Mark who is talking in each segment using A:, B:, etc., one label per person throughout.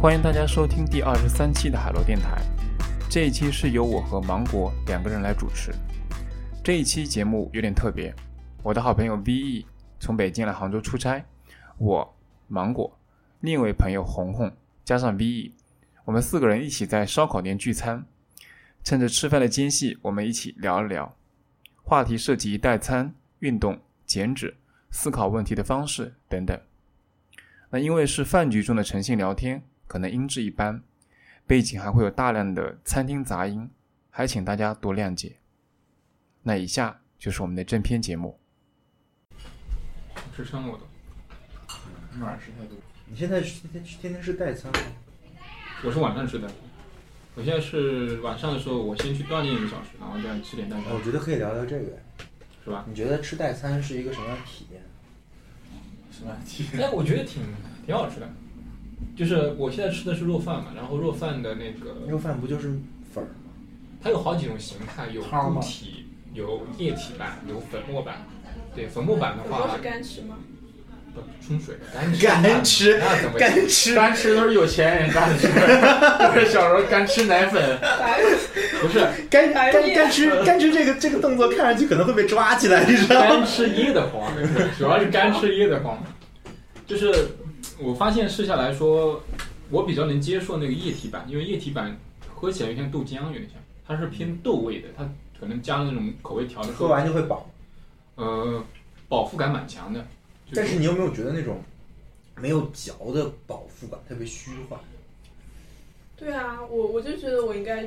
A: 欢迎大家收听第二十三期的海螺电台。这一期是由我和芒果两个人来主持。这一期节目有点特别，我的好朋友 VE 从北京来杭州出差，我、芒果、另一位朋友红红加上 VE，我们四个人一起在烧烤店聚餐。趁着吃饭的间隙，我们一起聊了聊，话题涉及代餐、运动、减脂、思考问题的方式等等。那因为是饭局中的诚信聊天，可能音质一般，背景还会有大量的餐厅杂音，还请大家多谅解。那以下就是我们的正片节目。吃撑了我都，晚吃太多。
B: 你现在是天天天天是代餐吗？
A: 我是晚上吃的，我现在是晚上的时候，我先去锻炼一个小时，然后再吃点蛋
B: 啊我觉得可以聊聊这个，
A: 是吧？
B: 你觉得吃代餐是一个什么样的体验？
C: 什么题？
A: 哎，我觉得挺挺好吃的，就是我现在吃的是肉饭嘛，然后肉饭的那个
B: 肉饭不就是粉儿吗？
A: 它有好几种形态，有
C: 汤吗
A: 固体、有液体版、有粉末版。对，粉末版的
D: 都
A: 话
D: 是，干吃吗？
A: 不冲水干吃
B: 干
A: 干
B: 吃
A: 那怎么行
B: 干吃
C: 干吃都是有钱人干吃， 我是小时候干吃奶粉，
D: 白
C: 不是
B: 干
D: 白
B: 干
D: 面
B: 干吃干吃这个这个动作看上去可能会被抓起来，你知道吗？
C: 干吃噎得慌。
A: 主要是干吃噎得慌。就是我发现试下来说，我比较能接受那个液体版，因为液体版喝起来有点像豆浆，有点像，它是偏豆味的，它可能加了那种口味调的时
B: 喝
A: 候，
B: 完就会饱，
A: 呃，饱腹感蛮强的。就
B: 但是你有没有觉得那种没有嚼的饱腹感特别虚幻？
D: 对啊，我我就觉得我应该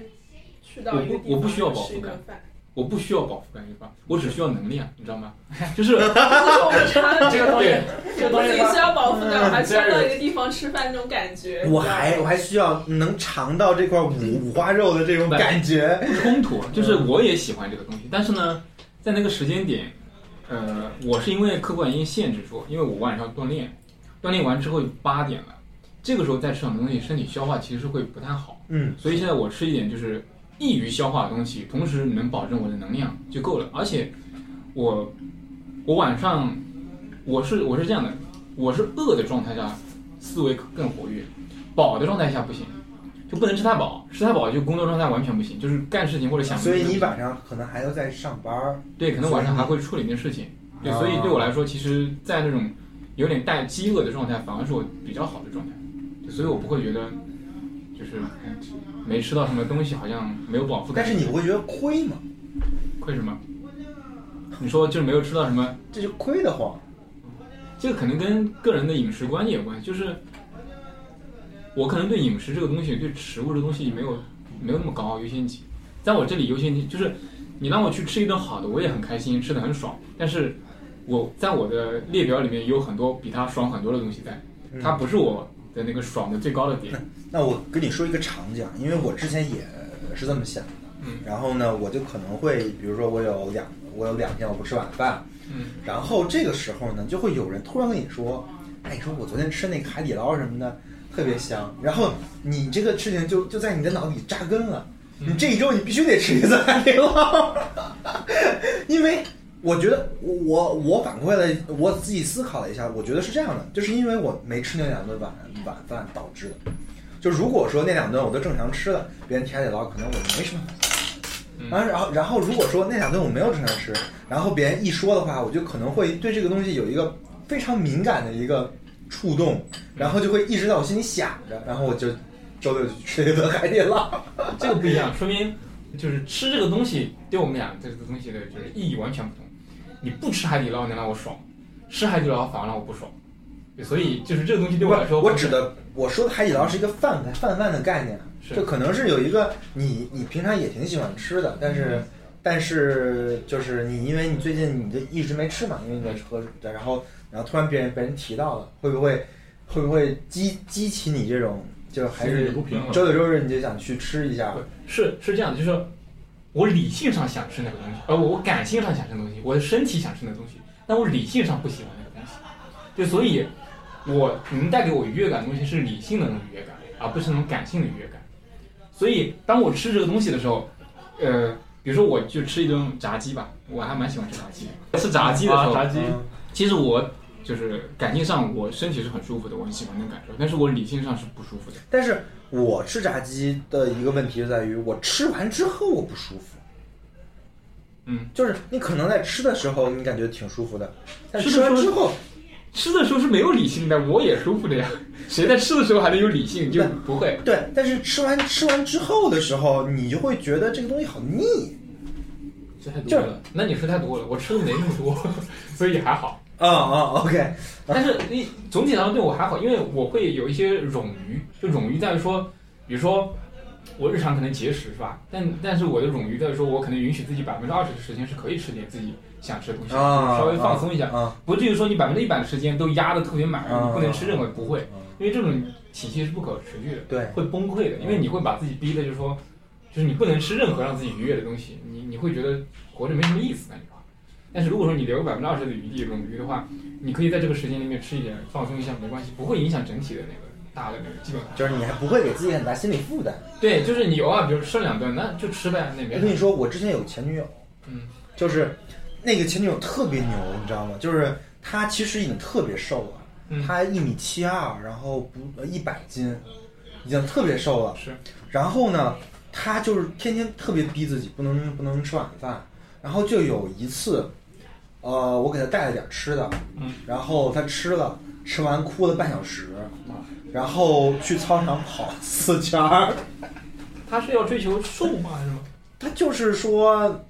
D: 去到一个地方
A: 我不我不需要饱
D: 吃
A: 腹
D: 一
A: 感
D: 顿 饭，
A: 我不需要饱腹感一般，我只需要能量，你知道吗？就是
D: 这
C: 这个东西，这个
D: 我
C: 东
D: 不
C: 西
D: 仅需要饱腹感，我还需要
C: 这
D: 到
C: 样
D: 一个地方吃饭那种感觉。
B: 我还我还需要能尝到这块五五花肉的这种感觉。
A: 不冲突，就是我也喜欢这个东西，但是呢，在那个时间点，呃，我是因为客观原因限制住，因为我晚上锻炼，锻炼完之后八点了，这个时候再吃很多东西，身体消化其实会不太好，
B: 嗯，
A: 所以现在我吃一点就是易于消化的东西，同时能保证我的能量就够了，而且我我晚上我是我是这样的，我是饿的状态下思维更活跃，饱的状态下不行。就不能吃太饱，吃太饱就工作状态完全不行，就是干事情或者想。
B: 所以你晚上可能还要在上班儿。
A: 对，可能晚上还会处理一件事情。
B: 啊
A: 对，所以对我来说，其实，在那种有点带饥饿的状态，反而是我比较好的状态。对所以我不会觉得就是哎没吃到什么东西，好像没有饱腹感。
B: 但是你不会觉得亏吗？
A: 亏什么？你说就是没有吃到什么？
B: 这就亏得慌。
A: 这个可能跟个人的饮食观念有关系，就是我可能对饮食这个东西，对食物这个东西没有没有那么高优先级，在我这里优先级就是你让我去吃一顿好的，我也很开心，吃的很爽，但是我在我的列表里面有很多比它爽很多的东西在，它不是我的那个爽的最高的点，
B: 那我跟你说一个常讲，因为我之前也是这么想的。
A: 嗯
B: 然后呢，我就可能会，比如说我有两，我有两天我不吃晚饭，
A: 嗯，
B: 然后这个时候呢，就会有人突然跟你说，哎，你说我昨天吃那个海底捞什么的特别香，然后你这个事情就就在你的脑里扎根了，你这一周你必须得吃一次海底捞， 因为我觉得我我我反馈了，我自己思考了一下，我觉得是这样的，就是因为我没吃那两顿晚晚饭导致的。就如果说那两顿我都正常吃了，别人提海底捞，可能我没什么反应。啊然后，然后，然后如果说那两顿我没有正常吃，然后别人一说的话，我就可能会对这个东西有一个非常敏感的一个触动，然后就会一直在我心里想着，然后我就周六就去吃了一顿海底捞。
A: 这个不一样，说明就是吃这个东西对我们俩这个东西的就是意义完全不同。你不吃海底捞能让我爽，吃海底捞反而让我不爽。对所以就是这个东西对我来说，
B: 我指的我说的海底捞是一个泛泛泛的概念，
A: 是
B: 就可能是有一个你你平常也挺喜欢吃的，但是但是就是你因为你最近你就一直没吃嘛，因为你在喝，然后然后突然别人被人提到了，会不会会不会激激起你这种就还
C: 心
B: 是
C: 里不平衡
B: 周六周日你就想去吃一下
A: 对？是是这样的，就是说我理性上想吃那个东西，呃，我我感性上想吃那个东西，我的身体想吃那个东西，但我理性上不喜欢那个东西。对，所以我能带给我愉悦感的东西是理性的那种愉悦感，而不是那种感性的愉悦感。所以当我吃这个东西的时候，呃，比如说我就吃一顿炸鸡吧，我还蛮喜欢吃炸鸡的。吃炸鸡的时候，
C: 啊炸鸡
B: 嗯
A: 其实我就是感性上我身体是很舒服的，我很喜欢那个感受，但是我理性上是不舒服的。
B: 但是我吃炸鸡的一个问题就在于，我吃完之后我不舒服。
A: 嗯，
B: 就是你可能在吃的时候你感觉挺舒服的，但是
A: 吃
B: 吃
A: 的
B: 完
A: 时候
B: 之后，
A: 吃的时候是没有理性的，我也舒服的呀。谁在吃的时候还能有理性？就
B: 对
A: 不会。
B: 对，但是吃完吃完之后的时候，你就会觉得这个东西好腻
A: 这太多
B: 就
A: 了，那你说太多了，我吃的没那么多， 所以还好。
B: 啊啊，OK，
A: 但是你总体上对我还好，因为我会有一些冗余，就冗余在于说，比如说我日常可能节食是吧？但但是我的冗余在于说，我可能允许自己百分之二十的时间是可以吃点自己想吃的东西，
B: 啊，
A: 稍微放松一下，
B: 啊，
A: 不至于说你百分之一百的时间都压的特别满，
B: 啊
A: 你不能吃任何不会
B: 啊，
A: 因为这种体系是不可持续的，
B: 对
A: 会崩溃的，因为你会把自己逼的，就是说，就是你不能吃任何让自己愉悦的东西，你你会觉得活着没什么意思，感觉到。但是如果说你留百分之二十的余地冗余的话，你可以在这个时间里面吃一点，放松一下，没关系，不会影响整体的那个大的那个基本盘。
B: 就是你还不会给自己很大心理负担。
A: 对，就是你偶尔比如剩两顿，那就吃呗，那也没
B: 我
A: 啥
B: 跟。你说，我之前有前女友，
A: 嗯
B: 就是那个前女友特别牛，你知道吗？就是她其实已经特别瘦了，
A: 嗯，
B: 她一米七二，然后不呃一百斤，已经特别瘦了。
A: 是，
B: 然后呢，她就是天天特别逼自己，不能不能吃晚饭。然后就有一次，呃，我给她带了点吃的，
A: 嗯，
B: 然后她吃了，吃完哭了半小时，然后去操场跑四圈儿。
A: 他是要追求瘦吗？还是什么
B: 她就是说，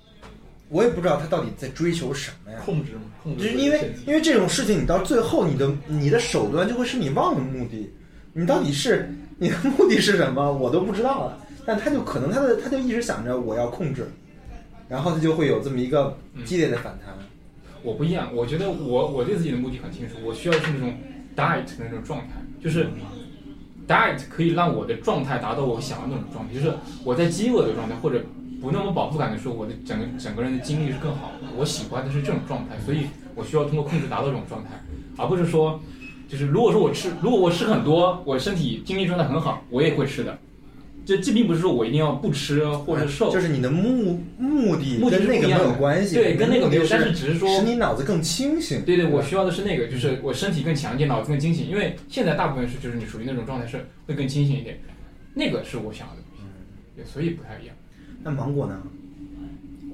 B: 我也不知道她到底在追求什么呀。
A: 控制吗？控
B: 就是
A: 制？
B: 因为因为这种事情，你到最后，你的你的手段就会是你忘了目的，你到底是你的目的是什么，我都不知道了。但他就可能他的他就一直想着我要控制，然后他就会有这么一个
A: 嗯
B: 激烈的反弹。
A: 我不一样，我觉得我我对自己的目的很清楚，我需要是那种 diet 的那种状态，就是
B: 嗯
A: diet 可以让我的状态达到我想要那种状态，就是我在饥饿的状态或者不那么饱腹感的时候，我的整个整个人的精力是更好的。我喜欢的是这种状态，所以我需要通过控制达到这种状态，而不是说，就是如果说我吃，如果我吃很多，我身体精力状态很好，我也会吃的。这这并不是说我一定要不吃或者瘦，
B: 哎就是你的目目的
A: 目的
B: 跟
A: 是不
B: 那
A: 一
B: 个没
A: 样的
B: 有关系，
A: 对，跟那个没有，
B: 你的
A: 但
B: 目
A: 是
B: 的
A: 只是
B: 是
A: 说
B: 使你脑子更清醒。
A: 对对，我需要的是那个，就是我身体更强健，脑子更清醒。因为现在大部分是就是你属于那种状态是会更清醒一点，那个是我想要的东西，对，所以不太一样。
B: 那芒果呢？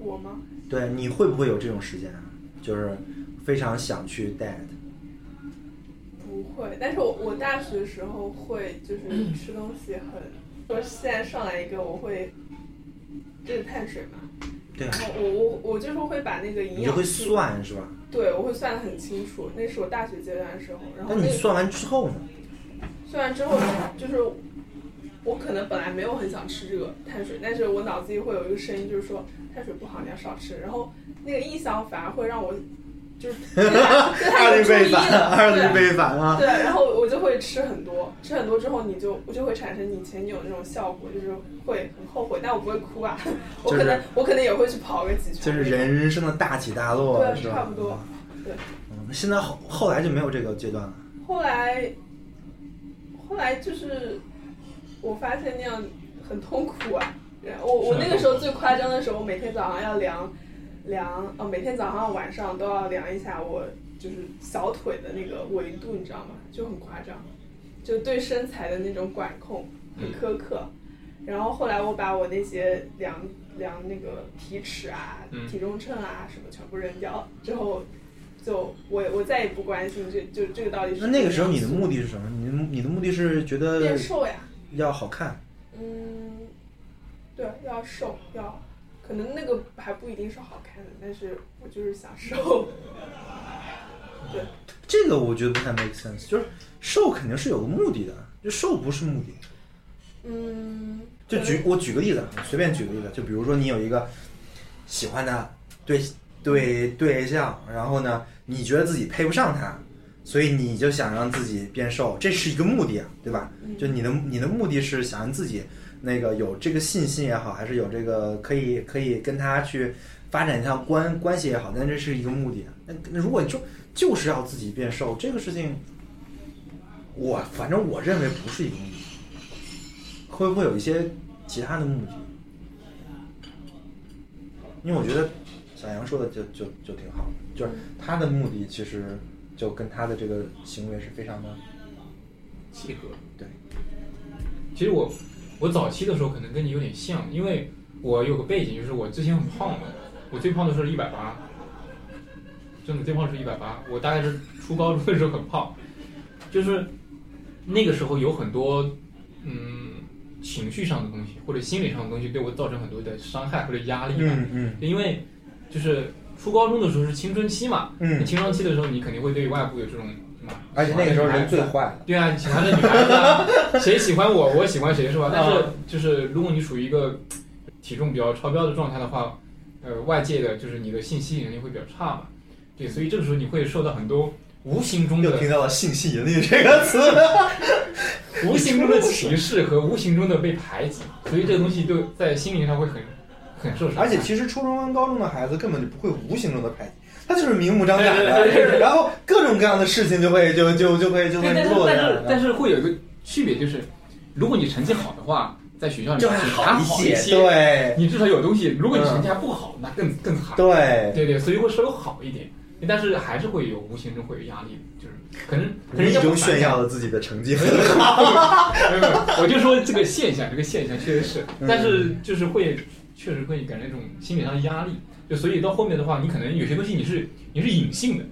D: 我吗？
B: 对，你会不会有这种时间啊？就是非常想去 dad
D: 不会，但是我我大学的时候会就是吃东西很，说现在上来一个我会，就是碳水嘛，
B: 对啊
D: 然后我我我就是会把那个营
B: 你就
D: 养
B: 会
D: 素，
B: 算是吧？
D: 对我会算的很清楚，那是我大学阶段的时候，然后
B: 那你
D: 那个
B: 算完之后呢？
D: 算完之后就是我可能本来没有很想吃这个碳水，但是我脑子里会有一个声音就是说碳水不好，你要少吃，然后那个印象反而会让我就是 对它对它
B: 二
D: 有
B: 力
D: 注
B: 背
D: 意
B: 反，
D: 了
B: 二
D: 对
B: 力背反啊！
D: 对，然后我就会吃很多，吃很多之后，你就我就会产生你前女友那种效果，就是会很后悔，但我不会哭啊， 我可能、
B: 就是
D: 我可能也会去跑个几圈，
B: 就是人生的大起大落，
D: 对
B: 是吧？
D: 差不多。对，
B: 嗯，现在后后来就没有这个阶段了。
D: 后来后来就是我发现那样很痛苦啊，然后我我那个时候最夸张的时候，我每天早上要量量，哦，每天早上晚上都要量一下我就是小腿的那个维度，你知道吗？就很夸张，就对身材的那种管控很苛刻。然后后来我把我那些量量那个体尺啊、
A: 嗯
D: 体重秤啊什么全部扔掉了之后，就我我再也不关心这就这个到底是
B: 那那个时候你的
D: 什么
B: 目的是什么？你的目你的目的是觉
D: 样子
B: 得
D: 变瘦呀？
B: 要好看，
D: 嗯，对，要瘦，要，可能那个还不一定是好看的，但是我就是想瘦。 对，
B: 这个我觉得不太 make sense。就是瘦肯定是有个目的的，就瘦不是目的。
D: 嗯，
B: 就
D: 可
B: 举
D: 能
B: 我举个例子，啊，随便举个例子，就比如说你有一个喜欢的对对对象，然后呢，你觉得自己配不上他，所以你就想让自己变瘦，这是一个目的啊，对吧？
D: 嗯
B: 就你的你的目的是想让自己那个有这个信心也好，还是有这个可以可以跟他去发展一下关关系也好，但这是一个目的啊。那那如果就就是要自己变瘦，这个事情，我反正我认为不是一个目的。会不会有一些其他的目的？因为我觉得小杨说的就就就挺好的，就是他的目的其实就跟他的这个行为是非常的
A: 契合。
B: 对，
A: 其实我我早期的时候可能跟你有点像，因为我有个背景，就是我之前很胖嘛，我最胖的时候一百八，真的最胖的时候一百八，我大概是初高中的时候很胖，就是那个时候有很多嗯情绪上的东西或者心理上的东西对我造成很多的伤害或者压力吧，
B: 嗯
A: 因为就是初高中的时候是青春期嘛，
B: 嗯
A: 你青春期的时候你肯定会对外部有这种什么，
B: 而且那个时候人最坏了，
A: 对啊，你喜欢的女孩子啊， 谁喜欢我，我喜欢谁是吧？但是
B: 嗯
A: 就是如果你处于一个体重比较超标的状态的话，呃，外界的就是你的性吸引力会比较差嘛，
B: 嗯
A: 对，所以这个时候你会受到很多无形中
B: 又
A: 的
B: 听到了“性吸引力”这个词，
A: 无形中的歧视和无形中的被排挤，所以这个东西就在心灵上会很很受伤害。
B: 而且其实初中跟高中的孩子根本就不会无形中的排挤，他就是明目张胆
A: 对对对对
B: 的，
A: 对
B: 然后各种各样的事情就会就就就会就会
A: 对，但是
B: 落下
A: 但
B: 来
A: 是但
B: 了。
A: 是会有一个区别，就是如果你成绩好的话，在学校里
B: 就
A: 面
B: 还
A: 还
B: 好
A: 好
B: 一些，
A: 些，
B: 对嗯
A: 你至少有东西。如果你成绩还不好，那更更惨。
B: 对，
A: 对对，所以会稍微好一点，但是还是会有无形中会有压力，就是可能可
B: 无
A: 能
B: 意
A: 要
B: 中炫耀了自己的成绩很好。
A: 没有没有，我就说这个现象，这个现象确实是，
B: 嗯
A: 但是就是会确实会感觉那种心理上的压力，就所以到后面的话，你可能有些东西你是你是隐性的，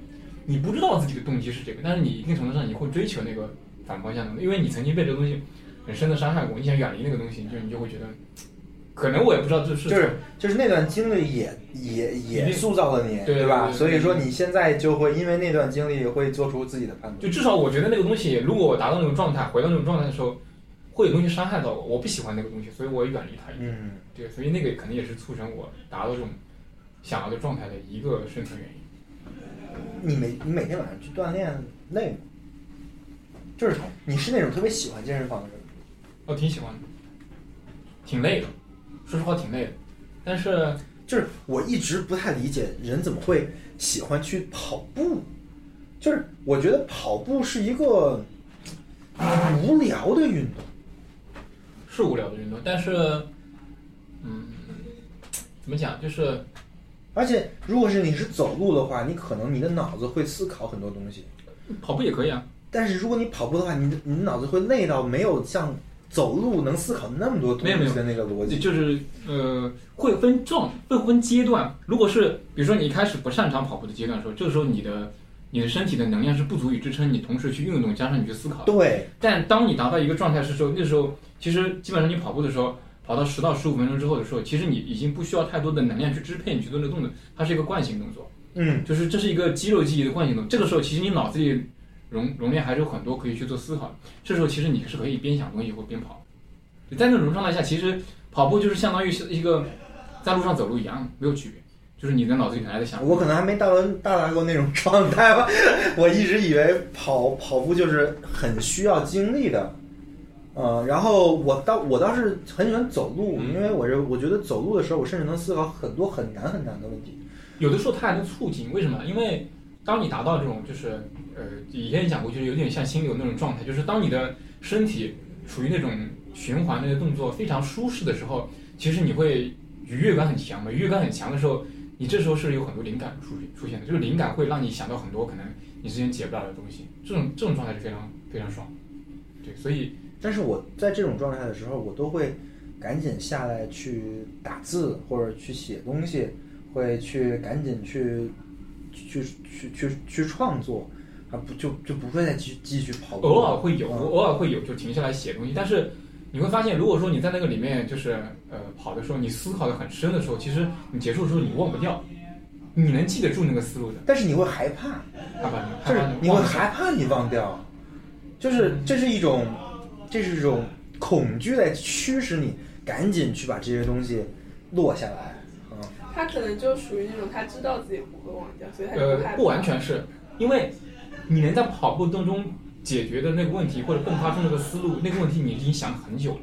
A: 你不知道自己的动机是这个，但是你一定程度上你会追求那个反方向的，因为你曾经被这个东西很深的伤害过，你想远离那个东西，就你就会觉得，嗯可能我也不知道这 是
B: 就是就是那段经历也也也塑造了你，
A: 对
B: 吧？
A: 对对
B: 所以说你现在就会因为那段经历会做出自己的判断。
A: 就至少我觉得那个东西，如果我达到那种状态，回到那种状态的时候，会有东西伤害到我，我不喜欢那个东西，所以我远离它一点。
B: 嗯，
A: 对，所以那个可能也是促成我达到这种想要的状态的一个深层原因。
B: 你每你每天晚上去锻炼累吗？就是你是那种特别喜欢健身房的人吗，
A: 我哦挺喜欢的，挺累的，说实话挺累的，但是
B: 就是我一直不太理解人怎么会喜欢去跑步，就是我觉得跑步是一个嗯无聊的运动。
A: 是无聊的运动，但是嗯，怎么讲就是。
B: 而且，如果是你是走路的话，你可能你的脑子会思考很多东西，
A: 跑步也可以啊，
B: 但是如果你跑步的话，你的你的脑子会累到没有像走路能思考那么多东
A: 没有没有
B: 西的那个逻辑。
A: 就是呃，会分状，会分阶段。如果是比如说你一开始不擅长跑步的阶段的时候，这个时候你的你的身体的能量是不足以支撑你同时去运动，加上你去思考。
B: 对，
A: 但当你达到一个状态是时候，那时候其实基本上你跑步的时候，跑到十到十五分钟之后的时候，其实你已经不需要太多的能量去支配你去做那个动作，它是一个惯性动作，
B: 嗯，
A: 就是这是一个肌肉记忆的惯性动作。这个时候其实你脑子里容容量还是有很多可以去做思考的。这时候其实你是可以边想东西或边跑。就在那种状态下，其实跑步就是相当于是一个在路上走路一样，没有区别，就是你的脑子里还在想。
B: 我可能还没到到达过那种状态吧。 我一直以为跑跑步就是很需要精力的，呃，然后我倒我倒是很喜欢走路，
A: 嗯
B: 因为我是我觉得走路的时候，我甚至能思考很多很难很难的问题。
A: 有的时候它还能促进，为什么？因为当你达到这种就是呃，以前也讲过，就是有点像心流那种状态，就是当你的身体处于那种循环那个动作非常舒适的时候，其实你会愉悦感很强嘛。愉悦感很强的时候，你这时候是有很多灵感出出现的，这个灵感会让你想到很多可能你之前解不了的东西，这种这种状态是非常非常爽。对，所以
B: 但是我在这种状态的时候，我都会赶紧下来去打字或者去写东西，会去赶紧去去去去去创作，啊不就就不会再继继续跑步了。
A: 偶尔会有，
B: 嗯
A: 偶尔会有就停下来写东西，但是你会发现，如果说你在那个里面就是呃跑的时候，你思考的很深的时候，其实你结束的时候你忘不掉，你能记得住那个思路的，
B: 但是你会害怕，
A: 害怕嗯你害怕
B: 就是你会
A: 忘记
B: 害怕你忘掉，就是这是一种这是一种恐惧在驱使你赶紧去把这些东西落下来。嗯，
D: 他可能就属于那种他知道自己不会忘掉，所以他就
A: 呃
D: 不害怕。
A: 不完全是，因为你能在跑步当中解决的那个问题或者迸发出那个思路，那个问题你已经想很久了，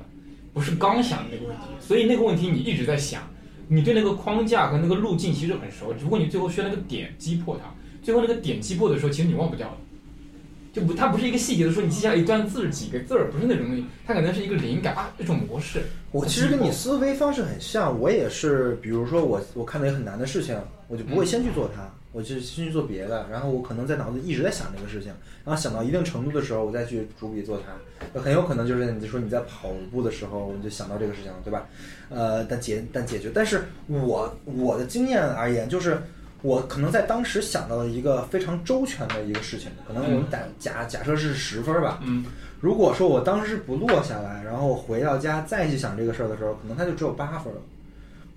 A: 不是刚想的那个问题，所以那个问题你一直在想，你对那个框架和那个路径其实很熟，只不过你最后需要那个点击破它，最后那个点击破的时候，其实你忘不掉了。就不，它不是一个细节的说你记下来一段字几个字儿，不是那种东西，它可能是一个灵感啊，一种模式。
B: 我其实跟你思维方式很像，我也是，比如说我我看到一个很难的事情，我就不会先去做它，我就先去做别的，然后我可能在脑子一直在想这个事情，然后想到一定程度的时候，我再去逐笔做它。很有可能就是你说你在跑步的时候，你就想到这个事情了，对吧？呃，但解但解决，但是我我的经验而言，就是我可能在当时想到了一个非常周全的一个事情，可能我们打假假设是十分吧，
A: 嗯，
B: 如果说我当时不落下来，然后回到家再去想这个事儿的时候，可能它就只有八分了，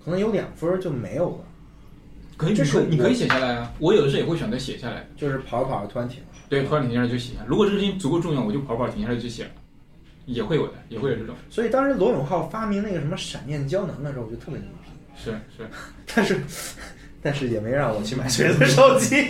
B: 可能有两分儿就没有了。
A: 可以，你
B: 这
A: 可
B: 是
A: 以你可
B: 我
A: 以写下来啊。我有的时候也会选择写下来，
B: 就是跑着跑着突然停了。
A: 对，跑跑停下来就写。如果这个事情足够重要，我就跑跑停下来就写了，也会有的，也会有这种。
B: 所以当时罗永浩发明那个什么闪电胶囊的时候，我就特别牛逼，
A: 是是，
B: 但是 但是也没让我去买锤子手机。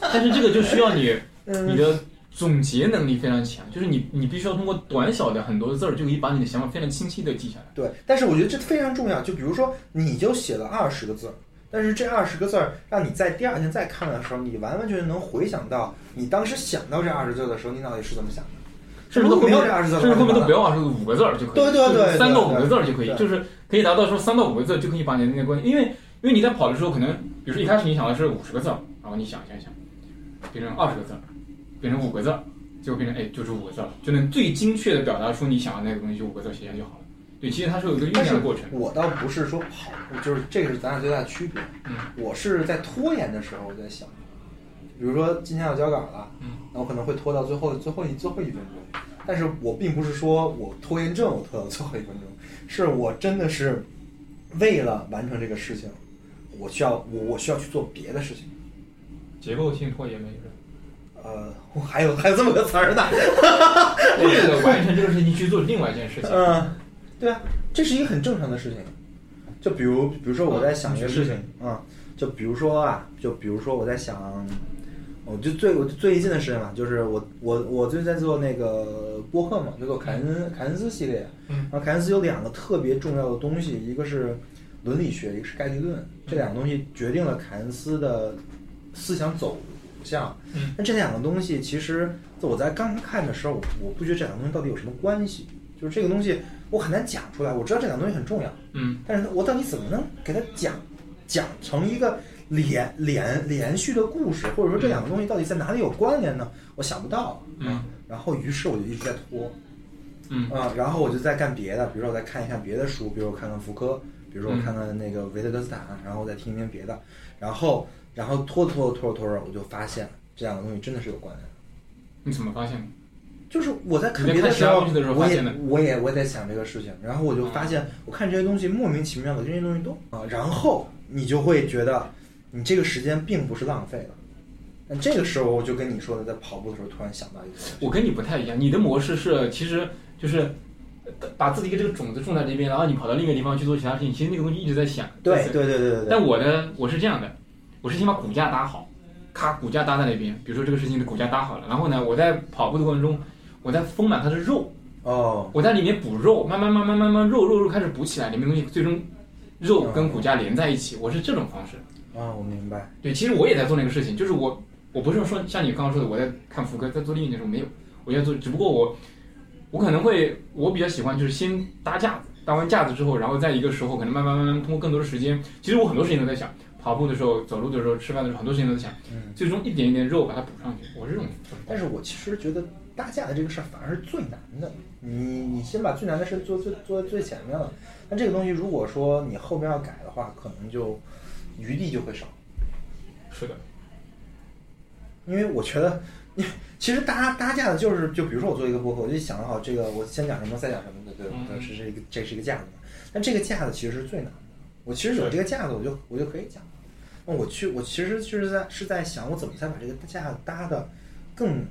A: 但是这个就需要你你
B: 嗯，
A: 的总结能力非常强，就是你你必须要通过短小的很多字儿，就可以把你的想法非常清晰的记下来。
B: 对，但是我觉得这非常重要。就比如说，你就写了二十个字儿。但是这二十个字儿，让你在第二天再看的时候，你完完全全能回想到你当时想到这二十字的时候，你脑袋是怎么想的。
A: 甚至都后
B: 没
A: 面
B: 有这二十字，
A: 甚至后面都不要往是五个字儿就可以，
B: 对对对
A: 就是三到五
B: 对
A: 个
B: 对
A: 字儿就可以，
B: 对
A: 就是可以达到说三到五个字儿就可以把你的那个关系，因为因为你在跑的时候，可能比如说一开始你想的是五十个字儿，然后你想想想，变成二十个字儿，变成五个字儿，结果变成哎就是五个字儿，就能最精确的表达出你想要那个东西，就五个字儿写下就好了。对，其实它是有一个酝
B: 但
A: 酿
B: 是
A: 的过程。
B: 我倒不是说跑步，就是这个是咱俩最大的区别。
A: 嗯
B: 我是在拖延的时候我在想，比如说今天要交稿了，
A: 嗯，
B: 那我可能会拖到最后最后一最后一分钟，但是我并不是说我拖延症我拖到最后一分钟，是我真的是为了完成这个事情，我需要我我需要去做别的事情。
A: 结构性拖延 嘛，就是。
B: 呃，我还有还有这么个词儿呢。
A: 为了完成这个事情去做另外一件事情。
B: 嗯，对啊，这是一个很正常的事情。就比如，比如说我在想一个事情
A: 嗯，
B: 嗯，就比如说啊，就比如说我在想，我就最我最近的事情嘛，就是我我我最近在做那个播客嘛，就做凯恩凯恩斯系列，
A: 嗯
B: 然后凯恩斯有两个特别重要的东西，一个是伦理学，一个是概率论，这两个东西决定了凯恩斯的思想走向。
A: 嗯
B: 那这两个东西，其实我在刚看的时候，我我不觉得这两个东西到底有什么关系，就是这个东西我很难讲出来。我知道这两个东西很重要，
A: 嗯，
B: 但是我到底怎么能给它讲讲成一个连连连续的故事，或者说这两个东西到底在哪里有关联呢？我想不到。啊
A: 嗯
B: 然后于是我就一直在拖。
A: 嗯
B: 啊、然后我就再干别的，比如说我再看一看别的书，比如我看看福柯，比如说我
A: 嗯
B: 看看那个维特根斯坦，然后我再听一听别的，然后然后拖着拖着拖着拖着，我就发现这两个东西真的是有关联的。
A: 你怎么发现的？
B: 就是我在看
A: 你在
B: 别的
A: 看其
B: 时
A: 他
B: 候
A: 东西的时，候
B: 我
A: 发
B: 也
A: 现的啊
B: 我也我也在想这个事情，然后我就发现，我看这些东西莫名其妙的这些东西都啊，然后你就会觉得你这个时间并不是浪费了。但这个时候我就跟你说的，在跑步的时候突然想到一个东西，
A: 我跟你不太一样，你的模式是其实就是呃把自己的这个种子种在这边，然后你跑到另一个地方去做其他事情，其实那个东西一直在想。
B: 对
A: 在
B: 对对对对对，
A: 但我呢，我是这样的，我是先把骨架搭好，咔，骨架搭在那边。比如说这个事情的骨架搭好了，然后呢，我在跑步的过程中，我在丰满它的肉，
B: 哦，
A: 我在里面补肉，慢慢慢慢慢慢肉肉肉开始补起来，里面东西最终肉跟骨架连在一起，我是这种方式。
B: 啊，我明白，
A: 对，其实我也在做那个事情，就是我我不是说像你刚刚说的，我在看福柯，在做另一件事，我没有，我在做，只不过我我可能会我比较喜欢就是先搭架子，搭完架子之后，然后在一个时候可能慢慢慢慢通过更多的时间，其实我很多事情都在想，跑步的时候、走路的时候、吃饭的时候，很多事情都在想，
B: 嗯。
A: 最终一点一点肉把它补上去，我是这种。
B: 但是我其实觉得搭架的这个事儿反而是最难的。你你先把最难的事做做做最前面了，那这个东西如果说你后面要改的话，可能就余地就会少。
A: 是的，
B: 因为我觉得，你其实搭搭架的就是，就比如说我做一个播客，我就想好这个我先讲什么，再讲什么的，对吧
A: 嗯？
B: 对，是这一个这是一个架子嘛。但这个架子其实是最难的。我其实有这个架子，我就我就可以讲。那我去，我其实就是在是在想，我怎么才把这个架子搭的更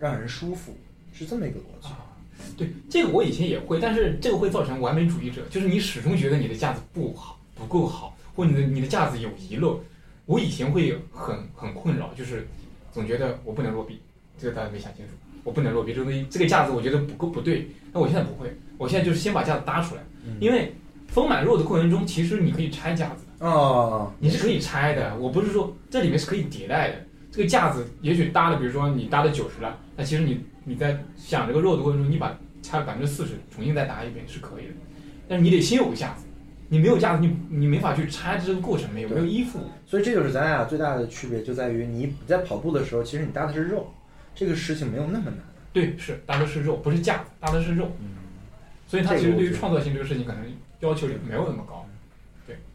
B: 让人舒服，是这么一个逻辑。
A: 啊对，这个我以前也会，但是这个会造成完美主义者，就是你始终觉得你的架子不好，不够好，或你的你的架子有遗漏。我以前会很很困扰，就是总觉得我不能落地，这个大家没想清楚，我不能落地，这个东西这个架子我觉得不够不对。那我现在不会，我现在就是先把架子搭出来，因为丰满肉的过程中，其实你可以拆架子的，
B: 哦，
A: 你是可以拆的。我不是说这里面是可以迭代的，这个架子也许搭了，比如说你搭了九十了，那其实你你在想这个肉的过程中，你把拆了百分之四十，重新再搭一遍是可以的。但是你得先有个架子，你没有价值，你你没法去拆这个过程，没有没有依附。
B: 所以这就是咱俩最大的区别，就在于你在跑步的时候，其实你搭的是肉，这个事情没有那么难。
A: 对，是搭的是肉，不是架子，搭的是肉。
B: 嗯，
A: 所以他
B: 这个
A: 其实
B: 我
A: 对于
B: 觉得
A: 创造性这个事情，可能要求没有那么高。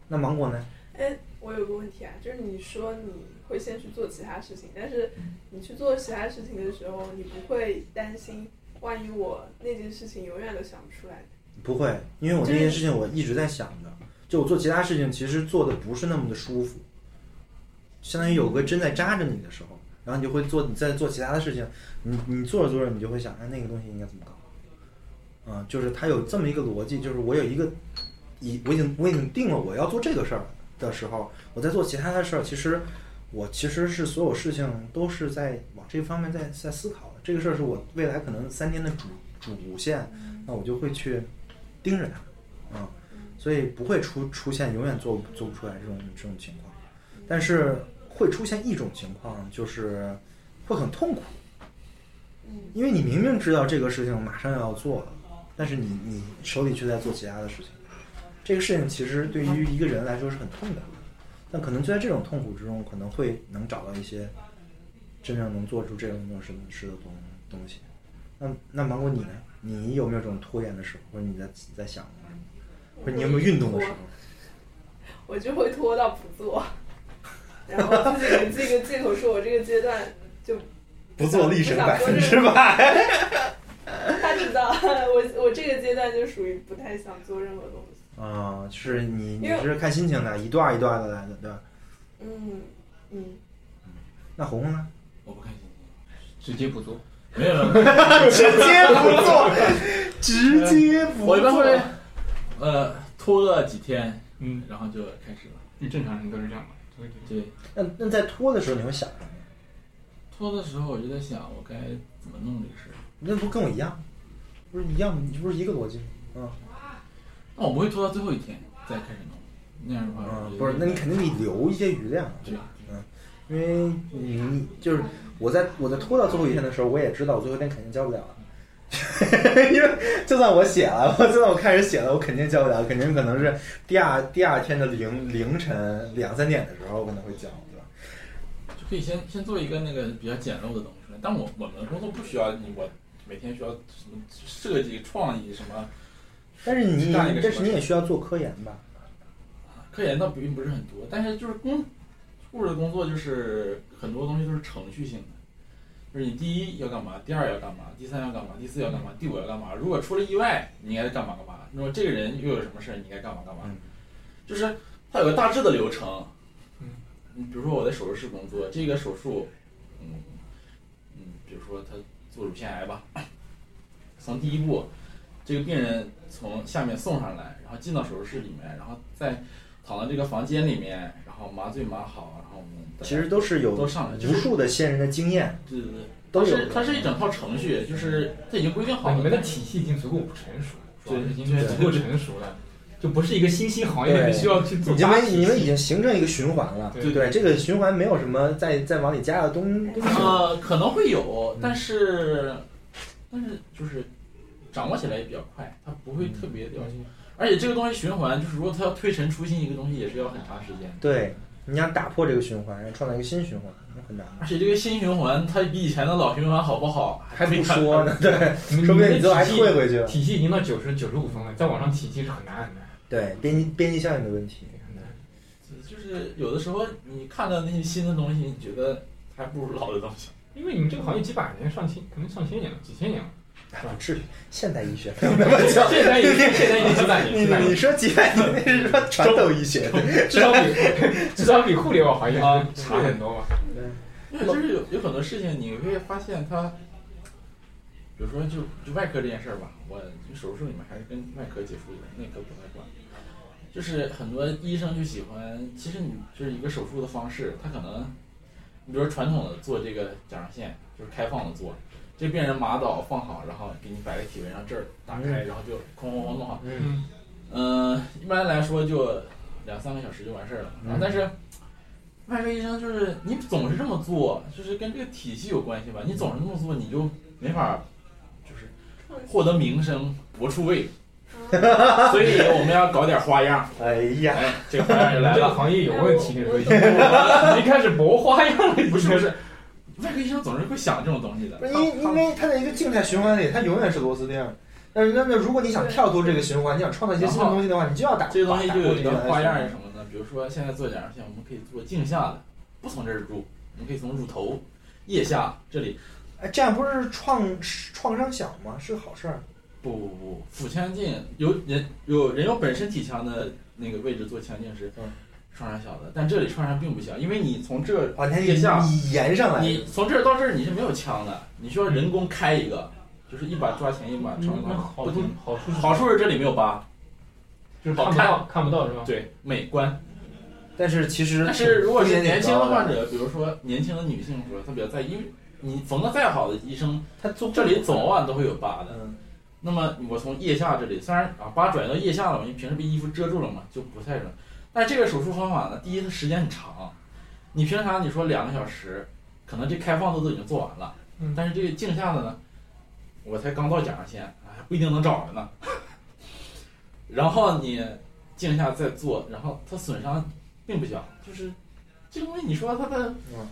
B: 那芒果呢？
D: 哎，我有个问题啊，就是你说你会先去做其他事情，但是你去做其他事情的时候，你不会担心万一我那件事情永远都想不出来。
B: 不会，因为我那件事情我一直在想的，就我做其他事情其实做的不是那么的舒服，相当于有个针在扎着你的时候，然后你就会做你在做其他的事情，你你做着做着你就会想，哎，那个东西应该怎么搞？嗯，就是它有这么一个逻辑，就是我有一个已我已经我已经定了我要做这个事儿的时候，我在做其他的事儿，其实我其实是所有事情都是在往这方面在在思考的。这个事儿是我未来可能三年的主主线，
D: 嗯
B: 那我就会去盯着它，啊、所以不会出出现永远做做不出来这种这种情况，但是会出现一种情况，就是会很痛苦，
D: 嗯，
B: 因为你明明知道这个事情马上要做了，但是你你手里却在做其他的事情，这个事情其实对于一个人来说是很痛的，但可能就在这种痛苦之中，可能会能找到一些真正能做出这种东西事的东东西。那那芒果你呢？你有没有这种拖延的时候，或者你在在想什么，或者你有没有运动的时候？
D: 我就会拖到不做，然后自己给自己一个借口，说我这个阶段就
B: 不做力神百分之百。
D: 他知道我我这个阶段就属于不太想做任何东西。
B: 啊、就是你你
D: 因为
B: 是看心情的，一段一段的来的，对吧？
D: 嗯嗯，
B: 那红红呢？
E: 我不看心情，
A: 直接不做，
E: 没有没有，
B: 直接不做，直接不
E: 我一般会呃拖个几天，
A: 嗯，
E: 然后就开始了。
A: 你正常人都是这样的。这个
E: 对，
B: 那那在拖的时候你会想什么？
E: 拖的时候我就在想我该怎么弄这个事儿，
B: 那不跟我一样，不是一样吗？你不是一个逻辑吗？嗯
E: 那我不会拖到最后一天再开始弄，那样的话我
B: 嗯，
E: 就
B: 不是，那你肯定得留一些余量，
E: 对，
B: 因为你你就是我在我在拖到最后一天的时候，我也知道我最后一天肯定交不了 了。因为就算我写了，我就算我开始写了，我肯定交不了，肯定可能是第二第二天的凌凌晨两三点的时候，我可能会交，对吧？
E: 就可以先先做一个那个比较简陋的东西出来。但我我们的工作不需要你我每天需要什么设计创意什么，
B: 但是你
E: 干一个什么
B: 但是你也需要做科研吧？
E: 科研倒并不是很多，但是就是工护士的工作就是很多东西都是程序性的。就是你第一要干嘛，第二要干嘛，第三要干嘛，第四要干嘛，第五要干嘛。如果出了意外，你应该干嘛干嘛。如果这个人又有什么事儿，你应该干嘛干嘛。
B: 嗯
E: 就是它有个大致的流程。
A: 嗯
E: 你比如说我在手术室工作，这个手术，嗯嗯，比如说他做乳腺癌吧，从第一步，这个病人从下面送上来，然后进到手术室里面，然后再躺到这个房间里面，然后麻醉麻好，然后我们大家
B: 其实都啊是有
E: 都上来就
B: 无
E: 是
B: 数的先人的经 验，
E: 对对对，
B: 都
E: 它
B: 有
E: 是它是一整套程序，就是它已经规定好
A: 好，
E: 了。
A: 哎你们的体系已经足够不成熟了，主要是已经
E: 对
A: 足够成熟了，就不是一个新兴行业
B: 对
A: 必须要去做
B: 你
A: 搭体
B: 们
A: 系。
B: 你们已经形成一个循环了，
A: 对
B: 不对？这个循环没有什么再再往里加的东东西。
E: 呃，可能会
A: 嗯
E: 有，但是、但是就是掌握起来也比较快，它不会特别的要
A: 嗯
E: 求。而且这个东西循环，就是如果它要推陈出新一个东西，也是要很长时间。
B: 对，你想打破这个循环，然后创造一个新循环，那很难。
E: 而且这个新循环，它比以前的老循环好不好，
B: 还
E: 不
B: 不说呢，对，
A: 你们
B: 说不定
A: 你
B: 你最后还
A: 们的体
B: 退
A: 系
B: 回去了。
A: 体系已经到九十九十五分了，再往上体系是很难很难
B: 对，边际边际效应的问题。
A: 很难。
E: 就是有的时候你看到那些新的东西，你觉得还不如老的东西。
A: 因为你们这个行业几百年、上千，可能上千年了，几千年了。
B: 不至于，现代医学 没有那么强。
A: 现在已经现在已经几百年，
B: 你
A: 几百
B: 你
A: 年，
B: 说几百年，那是说传统医学。
A: 至少比至少比互联网行业
E: 啊
A: 差很多嘛。
E: 对，就是有有很多事情你会发现它，比如说就就外科这件事儿吧，我手术室里面还是跟外科接触的，内科不太管。就是很多医生就喜欢，其实你就是一个手术的方式，他可能，你比如说传统的做这个甲状腺，就是开放的做，这病人麻倒放好，然后给你摆个体位，让这儿打开，然后就哐哐哐弄好。
A: 嗯，
E: 嗯，一般来说就两三个小时就完事儿了。然后，但是外科医生就是你总是这么做，就是跟这个体系有关系吧？你总是这么做，你就没法就是
D: 创新
E: 获得名声，搏出位。
D: 啊
E: 所以我们要搞点花样。
B: 哎呀，
E: 哎，这个花样就来
A: 这个
E: 了。
A: 行业有问题，跟你说一下，你开始磨花样了，
E: 不
A: 不
E: 是不
A: 是？
E: 是，外科医生总是会想这种东西的
B: 不。是因因为他在一个静态循环里，他永远是螺丝钉。但是，那么如果你想跳脱这个循环，你想创造一些新的东西的话，你就要打
E: 这个东西就有一
B: 打
E: 个
B: 破这
E: 花样是什么呢？比如说现在做假发线，我们可以做镜下的，不从这儿入，我们可以从乳头、腋下这里。
B: 哎，这样不是创创伤小吗？是个好事儿。
E: 不不不，腹腔镜有人有人有本身体腔的那个位置做腔镜是
B: 嗯
E: 创伤小的，但这里创伤并不小，因为你从这
B: 啊，你看
E: 腋下
B: 你延上来，
E: 你从这儿到这儿你是没有腔的，你需要人工开一个，就是一把抓前一把
B: 嗯
E: 长一
A: 嗯那
E: 把，
A: 好
E: 不同。
A: 好处是
E: 好处是这里没有疤，
A: 就是看不到，看不到是吧？
E: 对，美观。
B: 但是其实
E: 但是如果
B: 风
E: 是
B: 险挺
E: 年轻的
B: 高
E: 患者，比如说年轻的女性说，她比较在意，因为你缝的再好的医生，
B: 他做
E: 这啊里早晚都会有疤的。
B: 嗯，
E: 那么我从腋下这里，虽然啊疤转移到腋下了，因为平时被衣服遮住了嘛，就不太准。但这个手术方法呢，第一它时间很长，你平常你说两个小时，可能这开放的都已经做完了，
B: 嗯
E: 但是这个镜下的呢，我才刚到甲状腺，哎，不一定能找着呢。然后你镜下再做，然后它损伤并不小，就是这个东西你说它的，
B: 嗯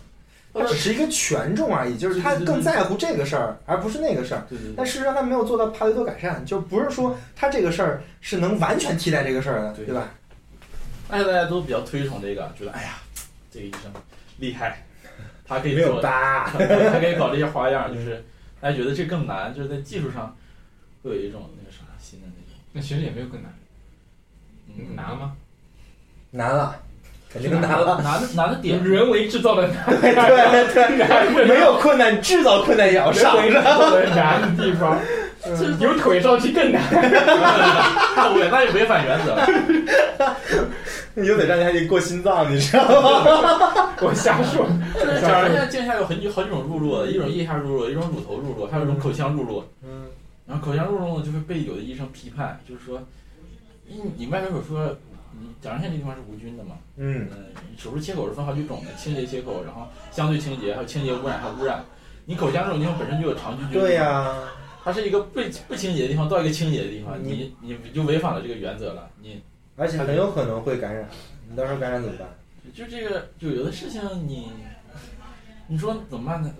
E: 它
B: 他
E: 的
B: 只是一个权重而已，就是他更在乎这个事儿，而不是那个事儿。
E: 对对对
B: 但事实上，他没有做到帕雷托改善，就不是说他这个事儿是能完全替代这个事儿的，
E: 对
B: 对吧？
E: 大家大家都比较推崇这个，觉得哎呀，这个医生厉害，他可以做，
B: 疤，
E: 他可以搞这些花样，就是大家觉得这更难，就是在技术上会有一种那个啥新的那
A: 那其实也没有更难，
B: 嗯
E: 种
A: 难吗？
B: 难了，肯定难
E: 难
B: 了。
E: 难的难的 点，
A: 人为制造的难，
B: 对 对，
A: 难
B: 没有困难，制造困难也要上。
A: 人为制造的难的地 方，嗯
D: 就是
A: 有腿上去更难。
E: 我那就违反原则了。
B: 有点让你还得过心脏，你知道吗？
A: 我瞎说，
E: 就是甲状腺镜下有很几好几种入路的，一种腋下入路，一种乳头入路，还有一种口腔入路。
B: 嗯，
E: 然后口腔入路呢，就会被有的医生批判，就是说，你你外科手术，你甲状腺这地方是无菌的嘛？
B: 嗯，
E: 嗯，手术切口是分好几种的，清洁切口，然后相对清洁，还有清洁污染，还有污染。你口腔这种地方本身就有肠菌菌，
B: 对呀、
E: 它是一个不不清洁的地方到一个清洁的地方，你你就违反了这个原则了。你
B: 而且很有可能会感染，你到时候感染怎么办？
E: 就这个就有的事情你， 你说怎么办呢？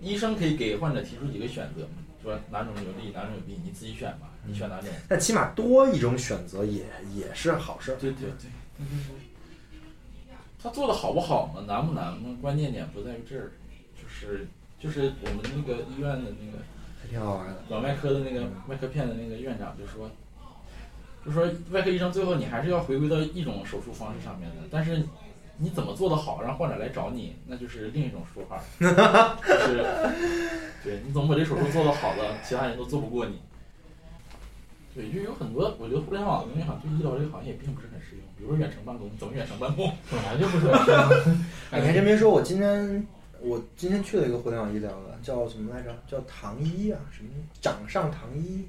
E: 医生可以给患者提出几个选择嘛，说哪种有利，哪种有弊，你自己选吧，你选哪种？
B: 但起码多一种选择也也是好事儿。
E: 对对对，嗯他做的好不好嘛，难不难嘛，关键点不在于这儿，就是就是我们那个医院的那个
B: 还挺好玩的。
E: 脑外科的那个外科片的那个院长就说，就说外科医生最后你还是要回归到一种手术方式上面的，但是你怎么做的好，让患者来找你，那就是另一种说法，就是对你怎么把这手术做的好的，其他人都做不过你。对，就有很多，我觉得互联网的东西好像对医疗这个行业并不是很适用，比如说远程办公，怎么远程办公？
A: 本来就不是。
B: 哎你还真别说，我今天我今天去了一个互联网医疗的，叫什么来着？叫唐医啊，什么掌上唐医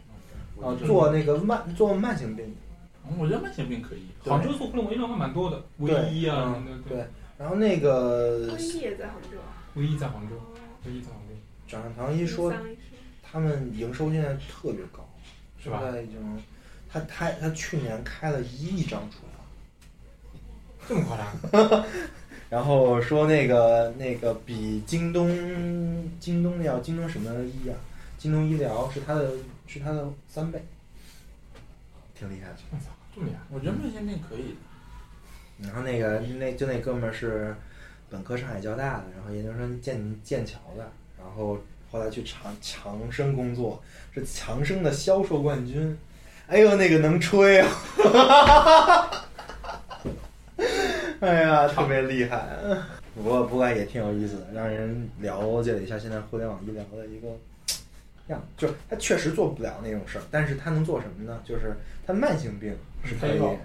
A: 哦
B: 啊
E: 我，觉得
B: 做那个慢做慢性病的。
E: 嗯我觉得慢性病可以，
B: 对
A: 杭州做互联网医疗还蛮多的，唯一啊，
B: 嗯
A: 对，
B: 对。然后那个
D: 婚姻也在杭州啊，
A: 唯一在杭州，唯一在杭州，
B: 掌上唐医说，
D: 桑医生
B: 他们营收现在特别高，
A: 是吧
B: 现在已经，他他他去年开了一亿张厨房。
A: 这么夸张？
B: 然后说那个那个比京东京东要京东什么医啊？京东医疗是它的是它的三倍，挺厉害的。
A: 我操，这么厉害！
E: 我觉得慢性病可以。
B: 然后那个那就那哥们儿是本科上海交大的，然后研究生剑剑桥的，然后后来去长长生工作，是长生的销售冠军。哎呦，那个能吹啊！ 哎呀，特别厉害。不过不过也挺有意思的，让人了解了一下现在互联网医疗的一个样子。就是他确实做不了那种事儿，但是他能做什么呢？就是他慢性病是可以
E: 嗯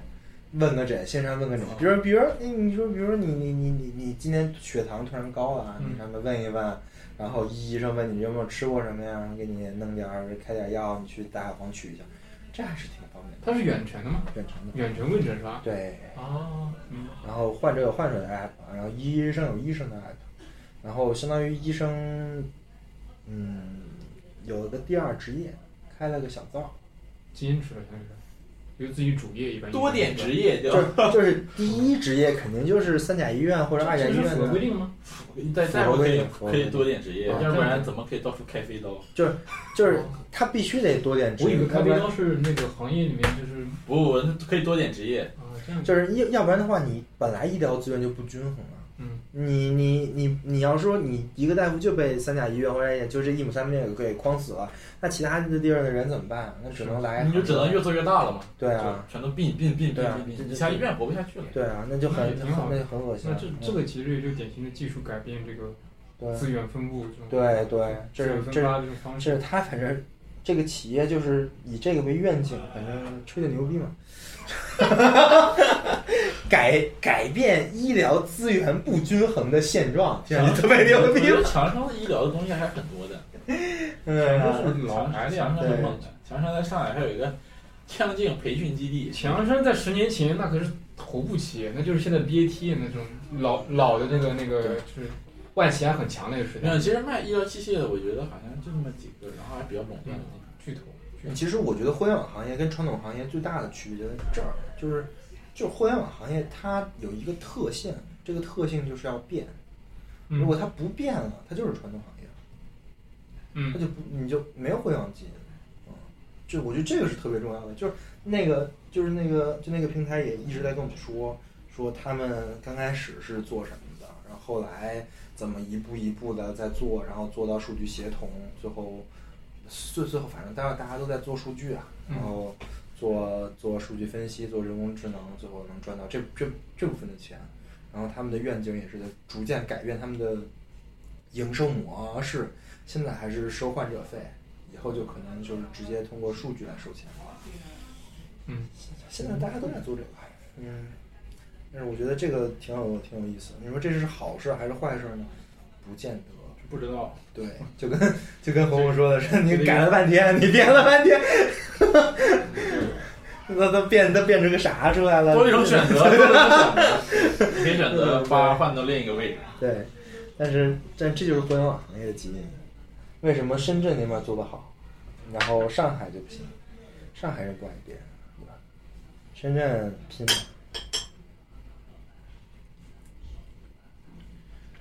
B: 问个诊，线上问
A: 哦
B: 个诊。比如比如你你说比如你你你你你今天血糖突然高了，啊
A: 嗯
B: 你上面问一问。然后医生问你有没有吃过什么呀，然后给你弄点儿开点儿药，你去大药房取一下，这还是挺方便的，
A: 它是远程的吗？
B: 远程的。
A: 远程问诊是吧？
B: 对，
A: 啊，嗯，
B: 然后患者有患者的 app，然后医生有医生的 app，然后相当于医生，嗯，有了个第二职业，开了个小灶，
A: 基因吃了算是，比如自己主业一般。
E: 多点职业叫
B: 就就是第一职业肯定就是三甲医院或者二甲
A: 这
B: 医
A: 是
B: 院
A: 符合规
B: 的，
A: 定吗？
E: 在大夫可以
B: 符合规定
E: 可以多点职业，
B: 啊
E: 要不然怎么可以到处开飞刀？
B: 就是他必须得多点
A: 哦
B: 职
A: 我以
B: 业
A: 为，咖
B: 要
A: 啡
B: 不然
A: 刀是那个行业里面就是
E: 不不，那可以多点职业。
A: 啊这样子，
B: 就是要要不然的话，你本来医疗资源就不均衡了。
A: 嗯，
B: 你你你你要说你一个大夫就被三甲医院或者也就这一亩三分地给框死了，那其他的地儿的人怎么办？那只能来，
E: 你就只能越做越大了嘛。
B: 对啊，
E: 就全都并并并并
B: 对啊
E: 并
B: 这
E: 并，
B: 这
E: 你像医院活不下去了。
B: 对啊，那就很
A: 那也挺好的
B: 那就很恶心
A: 那
B: 了。
A: 这
E: 嗯
A: 这个其实也就是典型的技术改变这个
B: 嗯
A: 资源分布这种
B: 对对，这
A: 资源
B: 是这
A: 分
B: 是
A: 发这种方式。
B: 这是他反正这个企业就是以这个为愿景，反正吹的牛逼嘛。改改变医疗资源不均衡的现状，这样就特别牛
E: 我
B: 逼
E: 觉得
B: 了。
E: 强生的医疗的东西还很多的，
A: 都
B: 嗯，
A: 是老来的呀
E: 强生
B: 对
E: 很猛的。强生在上海还有一个将镜培训基地，
A: 强生在十年前那可是头部企业，那就是现在 BAT 那种老老的那个那个就是外企还很强那个时
E: 没
A: 代
E: 有，，其实卖医疗器械的，我觉得好像就那么几个，然后还比较垄断的地方。
A: 巨头。巨头
B: 其实我觉得互联网行业跟传统行业最大的区别就在这儿，就是就是互联网行业它有一个特性，这个特性就是要变。
A: 嗯
B: 如果它不变了，它就是传统行业，它
A: 嗯，
B: 就不你就没有互联网基因。嗯，就我觉得这个是特别重要的，就是那个就是那个就那个平台也一直在跟我们说说他们刚开始是做什么的，然后后来怎么一步一步的在做，然后做到数据协同，最后最最后反正大家大家都在做数据啊，然后做做数据分析，做人工智能，最后能赚到这这这部分的钱。然后他们的愿景也是在逐渐改变他们的营收模式，现在还是收患者费，以后就可能就是直接通过数据来收钱了。
A: 嗯，
B: 现在大家都在做这个，嗯，但是我觉得这个挺有挺有意思的。你说这是好事还是坏事呢？不见得。
E: 不知道，
B: 对，就跟就跟红红说的是，你改了半天，你变了半天， 那都变都变成个啥出来了？
E: 多一种选择，多一种选择，你可以选择把换到另一个位置。
B: 对，但是但这就是互联网行业的基因。为什么深圳那边做得好，然后上海就不行？上海人不爱变，对吧？深圳拼了。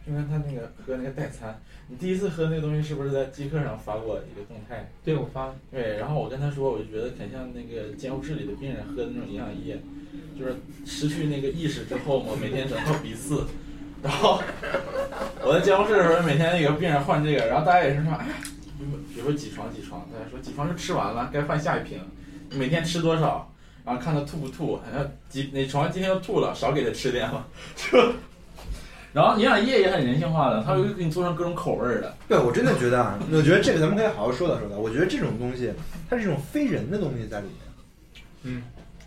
E: 就跟他那个喝那个代餐，你第一次喝那个东西是不是在极客上发过一个动态？
A: 对我发了，
E: 对，然后我跟他说，我就觉得很像那个监护室里的病人喝的那种营养液，就是失去那个意识之后，我每天只靠鼻饲。然后我在监护室的时候，每天有个病人换这个，然后大家也是说，哎，比如说几床几床，大家说几床就吃完了，该换下一瓶，你每天吃多少，然后看他吐不吐，然后几哪床今天又吐了，少给他吃点吧，就。然后营养液也很人性化的，它会给你做成各种口味儿的。
B: 对，我真的觉得啊，我觉得这个咱们可以好好说道说道。我觉得这种东西，它是一种非人的东西在里面。
A: 嗯，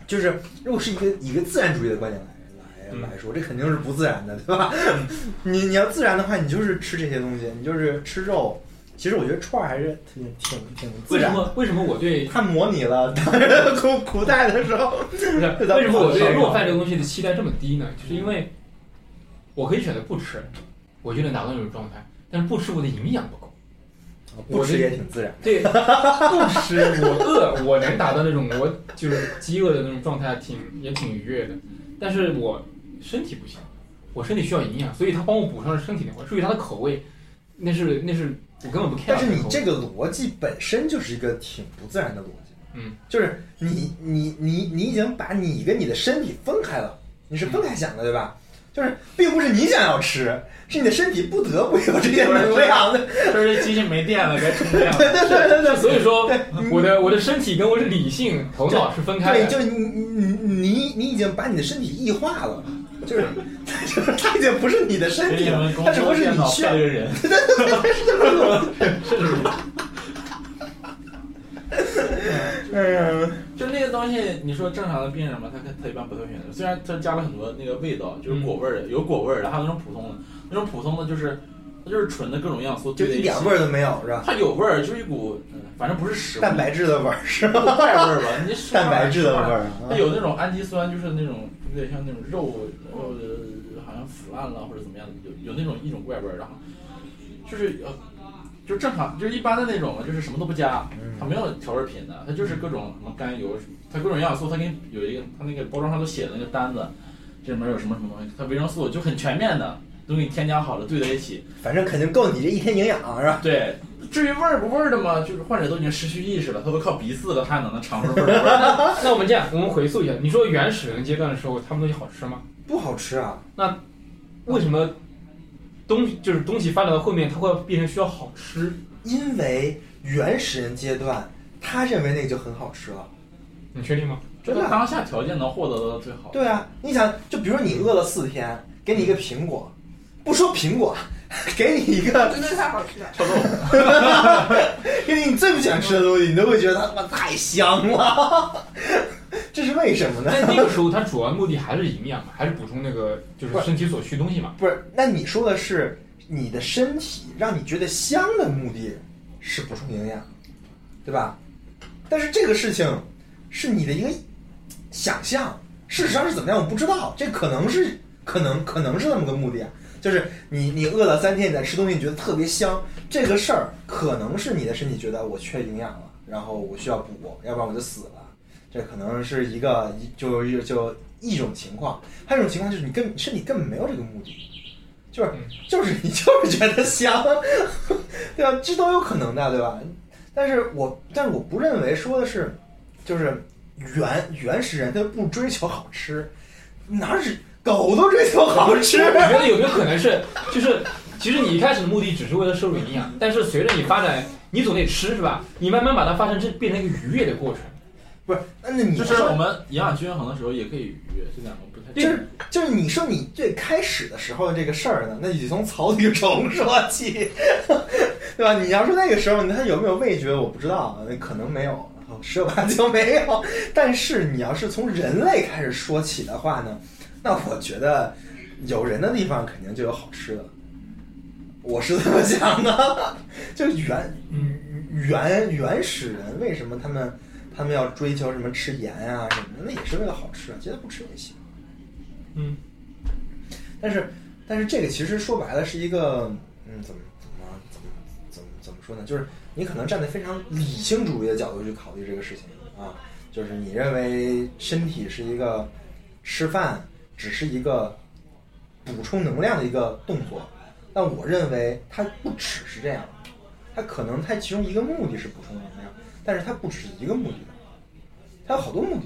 B: 就是如果是一个以一个自然主义的观点来
A: 嗯
B: 来来说，这肯定是不自然的，对吧？ 你你要自然的话，你就是吃这些东西，你就是吃肉。其实我觉得串儿还是挺挺挺自
A: 为什
B: 然的。
A: 么为什么我对
B: 他模拟了 当时古古代的时候，
A: 不是
B: 这咱们
A: 为什么我对
B: 好
A: 肉饭这个东西的期待这么低呢？就是因为我可以选择不吃，我就能达到那种状态，但是不吃我的营养不够。
B: 不吃也挺自然。
A: 对，不吃我饿，我能达到那种我就是饥饿的那种状态挺，也挺愉悦的。但是我身体不行，我身体需要营养，所以他帮我补上了身体那块。至于他的口味，那是那是我根本不 care 的
B: 但
A: 口
B: 是
A: 味。
B: 你这个逻辑本身就是一个挺不自然的逻辑，
A: 嗯，
B: 就是你你你你已经把你跟你的身体分开了，你是分开想的对吧？就是并不是你想要吃，是你的身体不得不有这些能量的。
E: 就是这机器没电了，该充电了。
B: 对对对对
A: 所以说
B: 对，嗯
A: 我的我的身体跟我的理性头脑是分开
B: 对，
A: 的。
B: 就是你你你你已经把你的身体异化了，就是 就是它已经不是你的身
E: 给
B: 体
E: 你
B: 了
E: 们，公
B: 它只不
E: 司
B: 过是
E: 电
B: 你
E: 脑
B: 需
E: 派
B: 要
E: 了个人，
B: 嗯。
E: 就那个东西，你说正常的病人嘛，他他一般不太会选择。虽然它加了很多那个味道，就是果味儿的，有果味儿的，还有那种普通的，那种普通的就是它就是纯的各种要素
B: 就
E: 堆在
B: 一
E: 一起
B: 点，味儿都没有是吧？
E: 它有味儿，就是一股嗯反正不是食物
B: 蛋白质的味儿是吧？
E: 怪味儿 吧，你说
B: 蛋白质的味
E: 话
B: 儿
E: 它有那种氨基酸，就是那种有点像那种肉肉的好像腐烂了或者怎么样的，有有那种一种怪味儿，然后就是呃，就正常就是一般的那种嘛，就是什么都不加，
B: 嗯
E: 它没有调味品的，它就是各种什么甘油，它各种营养素，它给你有一个它那个包装上都写的那个单子，这里面有什么什么东西，它维生素就很全面的，都给你添加好了，兑在一起。
B: 反正肯定够你这一天营养啊是吧？
E: 对，至于味儿不味儿的嘛，就是患者都已经失去意识了，他都靠鼻子了，他还能尝出 味儿？
A: 那我们这样，我们回溯一下，你说原始人阶段的时候，他们东西好吃吗？
B: 不好吃啊，
A: 为什么东西就是东西发展到后面，它会变成需要好吃？
B: 因为原始人阶段他认为那个就很好吃了。
A: 你确定吗？
B: 嗯
E: 这都当下条件能获得的最好。
B: 对啊，你想，就比如你饿了四天，给你一个苹果，不说苹果，给你一个
D: 真的太好吃了。
E: 臭豆腐，
B: 因为你最不喜欢吃的东西，你都会觉得它他妈太香了， 这是为什么呢？
A: 但那个时候，它主要目的还是营养嘛，还是补充那个就是身体所需东西嘛。
B: 不是，那你说的是你的身体让你觉得香的目的是补充营养，对吧？但是这个事情是你的一个想象，事实上是怎么样我不知道，这可能是可能可能是那么个目的啊。就是你你饿了三天，你在吃东西，你觉得特别香，这个事儿可能是你的身体觉得我缺营养了，然后我需要补，要不然我就死了。这可能是一个一就就就一种情况，还有一种情况就是你根身体根本没有这个目的，就是
A: 嗯
B: 就是你就是觉得香，对吧？这都有可能的，对吧？但是我但是我不认为说的是，就是原原始人他不追求好吃，哪是狗都追求好吃？
A: 我觉得有没有可能是，就是其实你一开始的目的只是为了摄入营养，但是随着你发展，你总得吃是吧？你慢慢把它发生这变成一个愉悦的过程。
B: 不是，那你
E: 就
B: 说
E: 是我们营养均衡的时候也可以愉悦，这两个不太。
B: 就是就是你说你最开始的时候的这个事儿呢，那你得从草履虫说起， 对吧？你要说那个时候他有没有味觉，我不知道，啊那可能没有，十有八九没有。但是你要是从人类开始说起的话呢，那我觉得有人的地方肯定就有好吃的，我是这么想的。 就是原原原始人为什么他们他们要追求什么吃盐啊什么的，那也是为了好吃啊，其实不吃也行。
A: 嗯，
B: 但是，但是这个其实说白了是一个，嗯，怎么怎么怎么怎么怎么说呢？就是你可能站在非常理性主义的角度去考虑这个事情啊，就是你认为身体是一个吃饭只是一个补充能量的一个动作，但我认为它不只是这样，它可能它其中一个目的是补充能量，但是它不只是一个目的的，它有好多目的。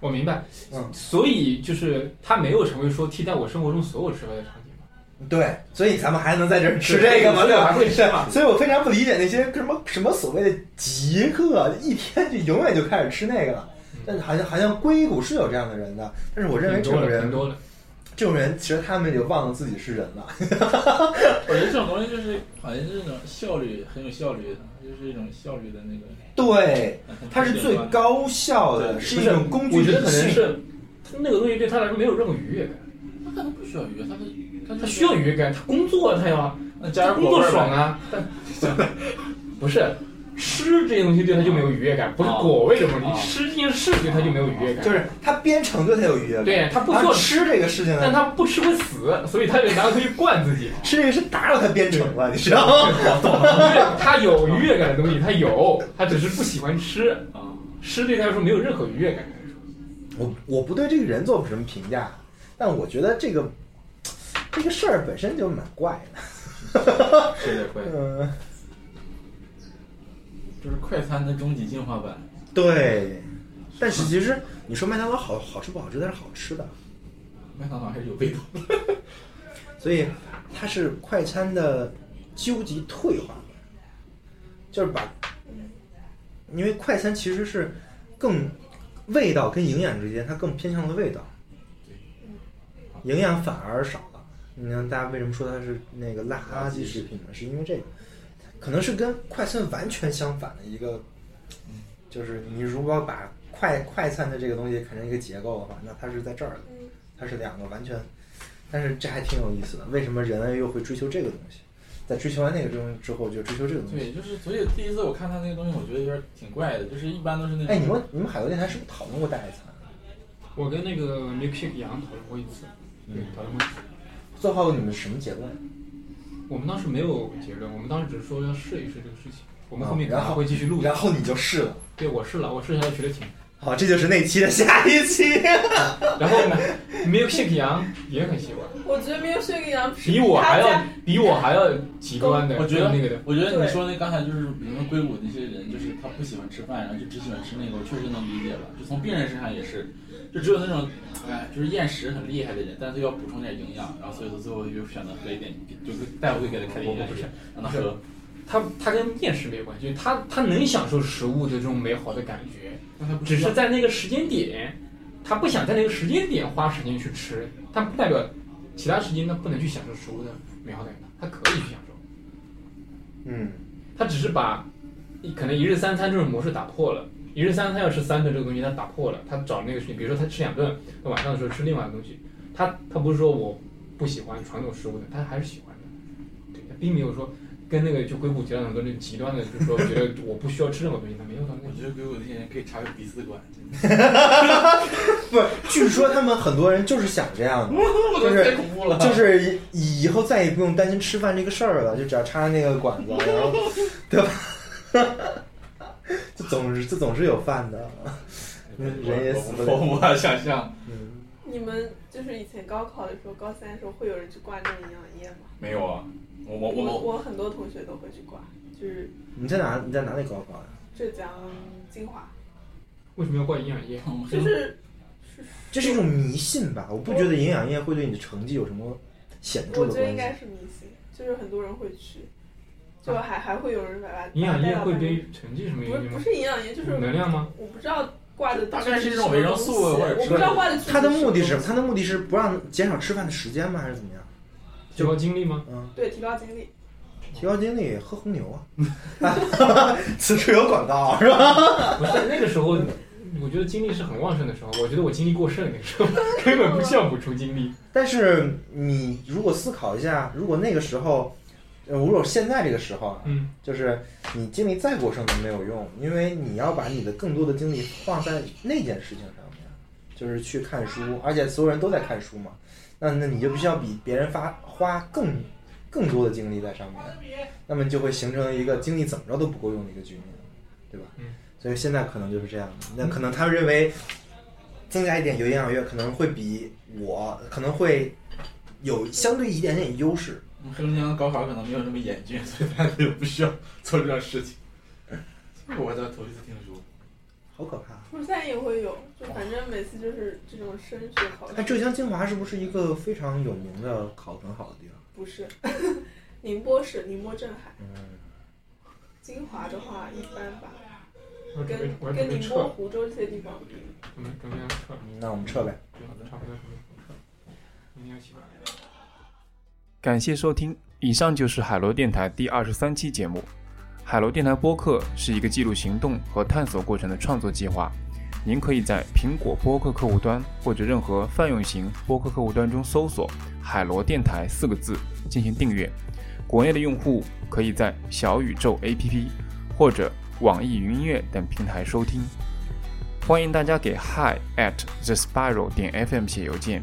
A: 我明白。
B: 嗯
A: 所以就是它没有成为说替代我生活中所有吃饭的场景嘛。
B: 对，所以咱们还能在这儿吃这个吗？对吧？
A: 还会吃嘛
B: 所以我非常不理解那些什么什么所谓的极客，一天就永远就开始吃那个了。
A: 嗯
B: 但是好像好像硅谷是有这样的人的，但是我认为
A: 挺嗯多
B: 这种
A: 的，挺
B: 人，
A: 多的。
B: 这种人其实他们就忘了自己是人了。
E: 我觉得这种东西就是好像是一种效率，很有效率的，就是一种效率的那个。
B: 对，它是最高效的，
E: 对
B: 是一种工具
A: 我觉得
B: 理
A: 可能
B: 性
A: 是它那个东西对他来说没有任何愉悦感，
E: 他可能不需要愉悦，他他
A: 他需要愉悦感，他工作他要啊
E: 那加
A: 他
E: 点
A: 工
E: 果味
A: 作
E: 儿呗
A: 爽啊，但 不是吃这些东西对他就没有愉悦感，不是
E: 啊
A: 果味的问题，
E: 啊
A: 吃这件事对他就没有愉悦感，
B: 哦就是他编程对他有愉悦感，
A: 对他不
B: 然后
A: 做
B: 吃这个事情
A: 但
B: 呢，
A: 他不吃会死，所以他得拿回去灌 自己，
B: 吃这个是打扰他编程了，你知道吗？
A: 因为他有愉悦感的东西，他有，他只是不喜欢吃，
B: 哦
E: 啊，
A: 吃对他来说没有任何愉悦感。
B: 我我不对这个人做什么评价，但我觉得这个这个事儿本身就蛮怪的。
E: 是得快，
B: 嗯，
E: 就是快餐的终极进化版。
B: 对。但是其实你说麦当劳好好吃不好吃，它是好吃的，
E: 麦当劳还是有味道的。
B: 所以它是快餐的究极退化版，就是把，因为快餐其实是更味道跟营养之间，它更偏向了味道，营养反而少了。你看大家为什么说它是那个垃圾食品呢？是因为这个，可能是跟快餐完全相反的一个，就是你如果把快快餐的这个东西看成一个结构的话，那它是在这儿的。
D: 嗯，
B: 它是两个完全，但是这还挺有意思的。为什么人类又会追求这个东西？在追求完那个东西之后，就追求这个东西。
E: 对，就是所以第一次我看他那个东西，我觉得有点挺怪的，就是一般都是那种。
B: 哎，你们你们海螺电台是不是讨论过代餐？
A: 我跟那个 Milkshake 杨讨论过一次，
B: 嗯
A: 对，讨论过一次。
B: 最后你们什么结论？
A: 我们当时没有结论，我们当时只是说要试一试这个事情。我
E: 哦
A: 们后面可
B: 然
A: 能
B: 后
A: 会继续录的。
B: 然后你就试了。
A: 对，我试了，我试一下学了琴。
B: 好，这就是那期的下一期。
A: 然后呢 ，Milkshake 羊也很喜欢，
D: 我觉得没有睡个羊
A: 比我还
D: 他
A: 要
D: 家
A: 比我还要极端的，
E: 我觉得
A: 那个的。
E: 我觉得你说那刚才就是，比如说硅谷那些人，就是他不喜欢吃饭，然后就只喜欢吃那个，我确实能理解了。就从病人身上也是，就只有那种，哎，就是厌食很厉害的人，但是要补充点营养，然后所以说最后就选择喝一点，就是大夫会给他开点
A: 我我
E: 营养
A: 不是
E: 液，让他喝。
A: 他他跟厌食没有关系，他他能享受食物的这种美好的感觉，
E: 但他不
A: 只
E: 知道
A: 是在那个时间点，他不想在那个时间点花时间去吃，但不代表其他时间他不能去享受食物的美好感觉，他可以去享受。
B: 嗯，
A: 他只是把一可能一日三餐这种模式打破了。一日三餐要吃三顿这个东西，他打破了，他找那个事情，比如说他吃两顿，那晚上的时候吃另外的东西。他他不是说我不喜欢传统食物的，他还是喜欢的。对，他并没有说跟那个就硅谷极端很多那种极端的，就是说觉得我不需要吃任何东西，他没有到那
E: 我
A: 个。
E: 觉得硅谷那些人可以插个鼻子管，真的
B: 不是，据说他们很多人就是想这样的，
E: 我都太恐怖了。
B: 就是以以后再也不用担心吃饭这个事儿了，就只要插那个管子，然后，对吧？ 这总是这总是有饭的，人也死不
E: 我
B: 了。
E: 无法想象。
B: 嗯，
D: 你们就是以前高考的时候，高三的时候会有人去挂那种营养液吗？
E: 没有啊，我我
D: 我
E: 我我
D: 我很多同学都会去挂，就是
B: 你在哪你在哪里高考呀？
D: 浙江金华，
A: 为什么要挂营养液？
E: 我
D: 就
E: 黑
D: 是
B: 这是一种迷信吧？我不觉得营养液会对你的成绩有什么显著
D: 我
B: 的
D: 觉得应
B: 关系
D: 该。是迷信，就是很多人会去，就
B: 啊
D: 还还会有人把它
A: 营养
D: 把它
A: 液
D: 带到
A: 会嗯
D: 办公
A: 对成绩什么
D: 不
A: 影
D: 是
A: 响
D: 不
A: 吗？
D: 是营养液，就是
A: 能量吗？
D: 我不知道挂的
E: 大概是一种维生素
D: 我
E: 或者
D: 不知道挂的
B: 它的目的是什么？
D: 么
B: 它的目的是不让减少吃饭的时间吗？还是怎么样？
A: 提高精力吗？
B: 嗯，
D: 东西，对，提高精力。
B: 提高精力，喝红啊牛啊！此处有广告啊是吧？
A: 不是那个时候，我觉得精力是很旺盛的时候，我觉得我精力过剩那个时候， 根本不需要补充精力。
B: 但是你如果思考一下，如果那个时候，呃，如果现在这个时候啊，
A: 嗯，
B: 就是你精力再过剩都没有用，因为你要把你的更多的精力放在那件事情上面，就是去看书，而且所有人都在看书嘛，那那你就必须要比别人发花更更多的精力在上面，那么就会形成一个精力怎么着都不够用的一个局面，对吧？
A: 嗯，
B: 所以现在可能就是这样，那可能他们认为增加一点有营养液可能会比我可能会有相对一点点优势，
E: 我们黑龙江高考可能没有那么严峻，所以大家就不需要做这种事情。 这个我倒头一次听说。
B: 好可怕啊！
D: 初三也会有，就反正每次就是这种升学考
B: 哎，
D: 试，
B: 浙江金华是不是一个非常有名的考很好的地方？
D: 不是 宁波市宁波镇海。
B: 嗯，
D: 金华的话一般吧，
A: 我准备
D: 跟
A: 我要准
D: 跟
A: 备
D: 宁
A: 撤
D: 波、
A: 了，
D: 湖州这些地方比，
A: 准备准备要撤了。
B: 那我们撤呗。
A: 差不多明天要起感谢收听，以上就是海螺电台第二十三期节目。海螺电台播客是一个记录行动和探索过程的创作计划。您可以在苹果播客客户端或者任何泛用型播客客户端中搜索“海螺电台”四个字进行订阅。国内的用户可以在小宇宙 APP 或者网易云音乐等平台收听。欢迎大家给 hi at the spiral 点 fm 写邮件，